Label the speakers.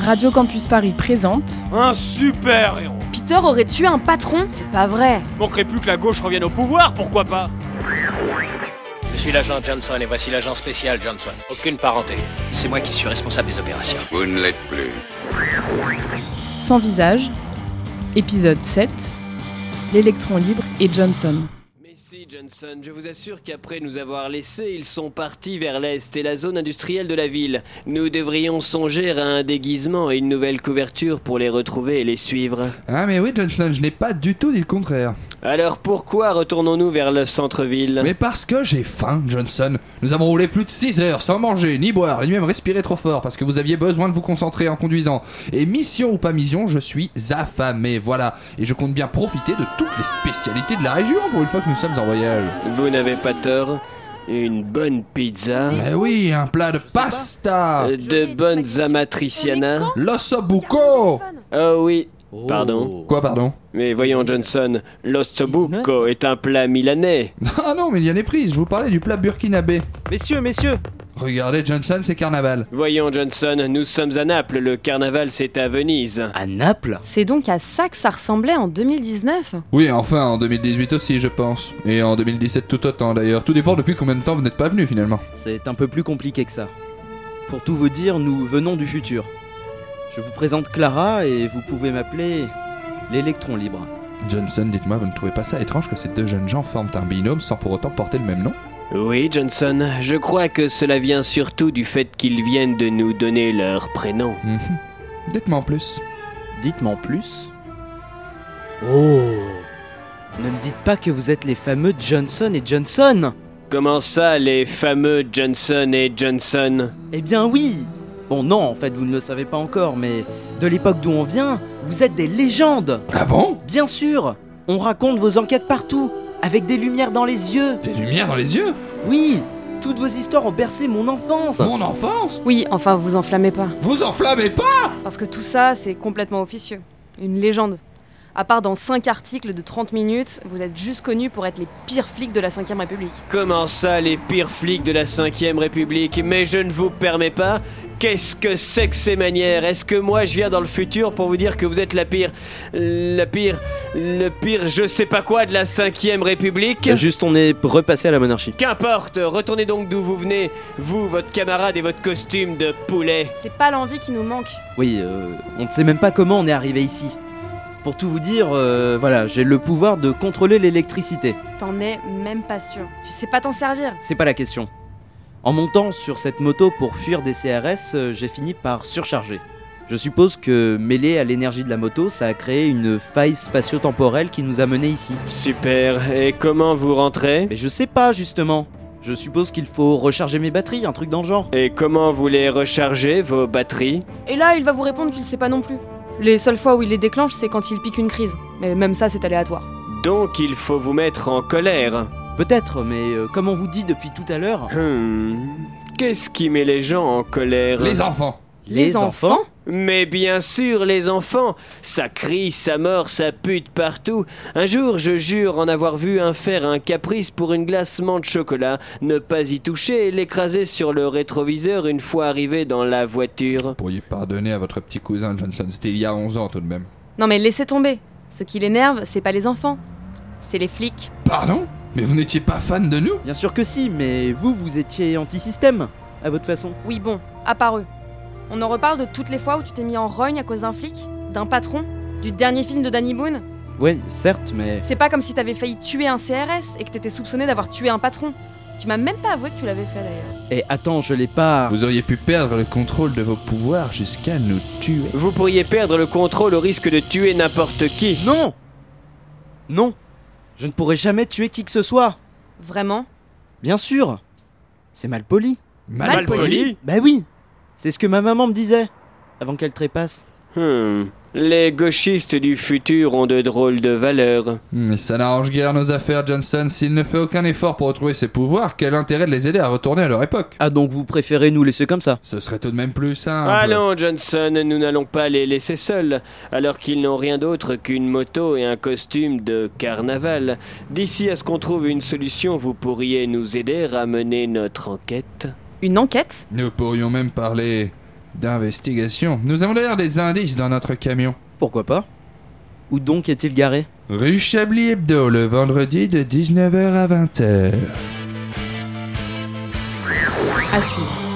Speaker 1: Radio Campus Paris présente
Speaker 2: Un super héros
Speaker 3: Peter aurait tué un patron C'est pas vrai.
Speaker 2: Manquerait plus que la gauche revienne au pouvoir, pourquoi pas
Speaker 4: Je suis l'agent Johnson et voici l'agent spécial Johnson. Aucune parenté. C'est moi qui suis responsable des opérations.
Speaker 5: Vous ne l'êtes plus.
Speaker 1: Sans visage, épisode 7, l'électron libre et Johnson.
Speaker 6: Mais si, Johnson, je vous assure qu'après nous avoir laissés, ils sont partis vers l'est et la zone industrielle de la ville. Nous devrions songer à un déguisement et une nouvelle couverture pour les retrouver et les suivre.
Speaker 7: Ah mais oui Johnson, je n'ai pas du tout dit le contraire.
Speaker 6: Alors pourquoi retournons-nous vers le centre-ville
Speaker 7: Mais parce que j'ai faim Johnson. Nous avons roulé plus de 6 heures sans manger, ni boire, ni même respirer trop fort parce que vous aviez besoin de vous concentrer en conduisant. Et mission ou pas mission, je suis affamé, voilà. Et je compte bien profiter de toutes les spécialités de la région pour une fois que nous sommes en voyage.
Speaker 6: Vous n'avez pas tort. Une bonne pizza,
Speaker 7: Eh oui, un plat de pasta
Speaker 6: euh, de bonnes amatriciana.
Speaker 7: L'osso buco
Speaker 6: Oh oui, pardon.
Speaker 7: Quoi pardon
Speaker 6: Mais voyons, Johnson, l'ossobuco est un plat milanais.
Speaker 7: Ah non mais il y en est prise, je vous parlais du plat burkinabé.
Speaker 8: Messieurs, messieurs,
Speaker 7: Regardez Johnson, c'est carnaval.
Speaker 6: Voyons, Johnson, nous sommes à Naples, le carnaval c'est à Venise.
Speaker 8: à Naples
Speaker 3: C'est donc à ça que ça ressemblait en 2019
Speaker 7: Oui, enfin en 2018 aussi, je pense. Et en 2017 tout autant d'ailleurs. Tout dépend depuis combien de temps vous n'êtes pas venu finalement.
Speaker 8: C'est un peu plus compliqué que ça. Pour tout vous dire, nous venons du futur. Je vous présente Clara et vous pouvez m'appeler l'électron libre.
Speaker 7: Johnson, dites-moi, vous ne trouvez pas ça étrange que ces deux jeunes gens forment un binôme sans pour autant porter le même nom
Speaker 6: Oui, Johnson, je crois que cela vient surtout du fait qu'ils viennent de nous donner leur prénom.
Speaker 7: Mhm. Dites-moi en plus.
Speaker 8: Dites-moi en plus. Oh Ne me dites pas que vous êtes les fameux Johnson et Johnson
Speaker 6: Comment ça, les fameux Johnson et Johnson
Speaker 8: Eh bien oui Bon non, en fait, vous ne le savez pas encore, mais de l'époque d'où on vient, vous êtes des légendes
Speaker 7: Ah bon
Speaker 8: Bien sûr On raconte vos enquêtes partout, avec des lumières dans les yeux
Speaker 7: Des lumières dans les yeux
Speaker 8: Oui Toutes vos histoires ont bercé mon enfance
Speaker 7: Mon enfance
Speaker 3: Oui, enfin, vous enflammez pas.
Speaker 7: Vous enflammez pas
Speaker 3: Parce que tout ça, c'est complètement officieux. Une légende. À part dans 5 articles de 30 minutes, vous êtes juste connus pour être les pires flics de la 5ème République.
Speaker 6: Comment ça, les pires flics de la 5ème République Mais je ne vous permets pas Qu'est-ce que c'est que ces manières Est-ce que moi je viens dans le futur pour vous dire que vous êtes la pire. la pire. le pire je sais pas quoi de la 5ème République
Speaker 8: Euh, Juste on est repassé à la monarchie.
Speaker 6: Qu'importe, retournez donc d'où vous venez, vous, votre camarade et votre costume de poulet.
Speaker 3: C'est pas l'envie qui nous manque.
Speaker 8: Oui, euh, on ne sait même pas comment on est arrivé ici. Pour tout vous dire, euh, voilà, j'ai le pouvoir de contrôler l'électricité.
Speaker 3: T'en es même pas sûr. Tu sais pas t'en servir.
Speaker 8: C'est pas la question. En montant sur cette moto pour fuir des CRS, euh, j'ai fini par surcharger. Je suppose que mêlé à l'énergie de la moto, ça a créé une faille spatio-temporelle qui nous a menés ici.
Speaker 6: Super, et comment vous rentrez
Speaker 8: Mais je sais pas justement. Je suppose qu'il faut recharger mes batteries, un truc dans le genre.
Speaker 6: Et comment vous les rechargez, vos batteries
Speaker 3: Et là, il va vous répondre qu'il sait pas non plus. Les seules fois où il les déclenche, c'est quand il pique une crise. Mais même ça, c'est aléatoire.
Speaker 6: Donc il faut vous mettre en colère.
Speaker 8: Peut-être, mais euh, comme on vous dit depuis tout à l'heure,
Speaker 6: Hmm. Qu'est-ce qui met les gens en colère
Speaker 7: Les enfants
Speaker 3: Les enfants
Speaker 6: Mais bien sûr, les enfants Ça crie, ça mord, ça pute partout. Un jour, je jure en avoir vu un faire un caprice pour une glacement de chocolat, ne pas y toucher et l'écraser sur le rétroviseur une fois arrivé dans la voiture.
Speaker 7: Pourriez pardonner à votre petit cousin Johnson, c'était il y a 11 ans tout de même.
Speaker 3: Non mais laissez tomber. Ce qui l'énerve, c'est pas les enfants, c'est les flics.
Speaker 7: Pardon Mais vous n'étiez pas fan de nous
Speaker 8: Bien sûr que si, mais vous, vous étiez anti-système, à votre façon.
Speaker 3: Oui bon, à part eux. On en reparle de toutes les fois où tu t'es mis en rogne à cause d'un flic, d'un patron, du dernier film de Danny Boone.
Speaker 8: Oui, certes, mais.
Speaker 3: C'est pas comme si t'avais failli tuer un CRS et que t'étais soupçonné d'avoir tué un patron. Tu m'as même pas avoué que tu l'avais fait d'ailleurs.
Speaker 8: Et attends, je l'ai pas.
Speaker 7: Vous auriez pu perdre le contrôle de vos pouvoirs jusqu'à nous tuer.
Speaker 6: Vous pourriez perdre le contrôle au risque de tuer n'importe qui.
Speaker 8: Non Non Je ne pourrai jamais tuer qui que ce soit
Speaker 3: Vraiment
Speaker 8: Bien sûr C'est mal poli
Speaker 3: Mal poli.
Speaker 8: Bah oui C'est ce que ma maman me disait avant qu'elle trépasse.
Speaker 6: Hmm. Les gauchistes du futur ont de drôles de valeurs.
Speaker 7: Mais Hmm, ça n'arrange guère nos affaires, Johnson. S'il ne fait aucun effort pour retrouver ses pouvoirs, quel intérêt de les aider à retourner à leur époque
Speaker 8: Ah donc vous préférez nous laisser comme ça
Speaker 7: Ce serait tout de même plus simple.
Speaker 6: Bah, Allons, Johnson, nous n'allons pas les laisser seuls, alors qu'ils n'ont rien d'autre qu'une moto et un costume de carnaval. D'ici à ce qu'on trouve une solution, vous pourriez nous aider à mener notre enquête.
Speaker 3: Une enquête
Speaker 7: Nous pourrions même parler d'investigation. Nous avons d'ailleurs des indices dans notre camion.
Speaker 8: Pourquoi pas Où donc est-il garé
Speaker 7: Rue Chablis Hebdo le vendredi de 19h à 20h.
Speaker 1: À suivre.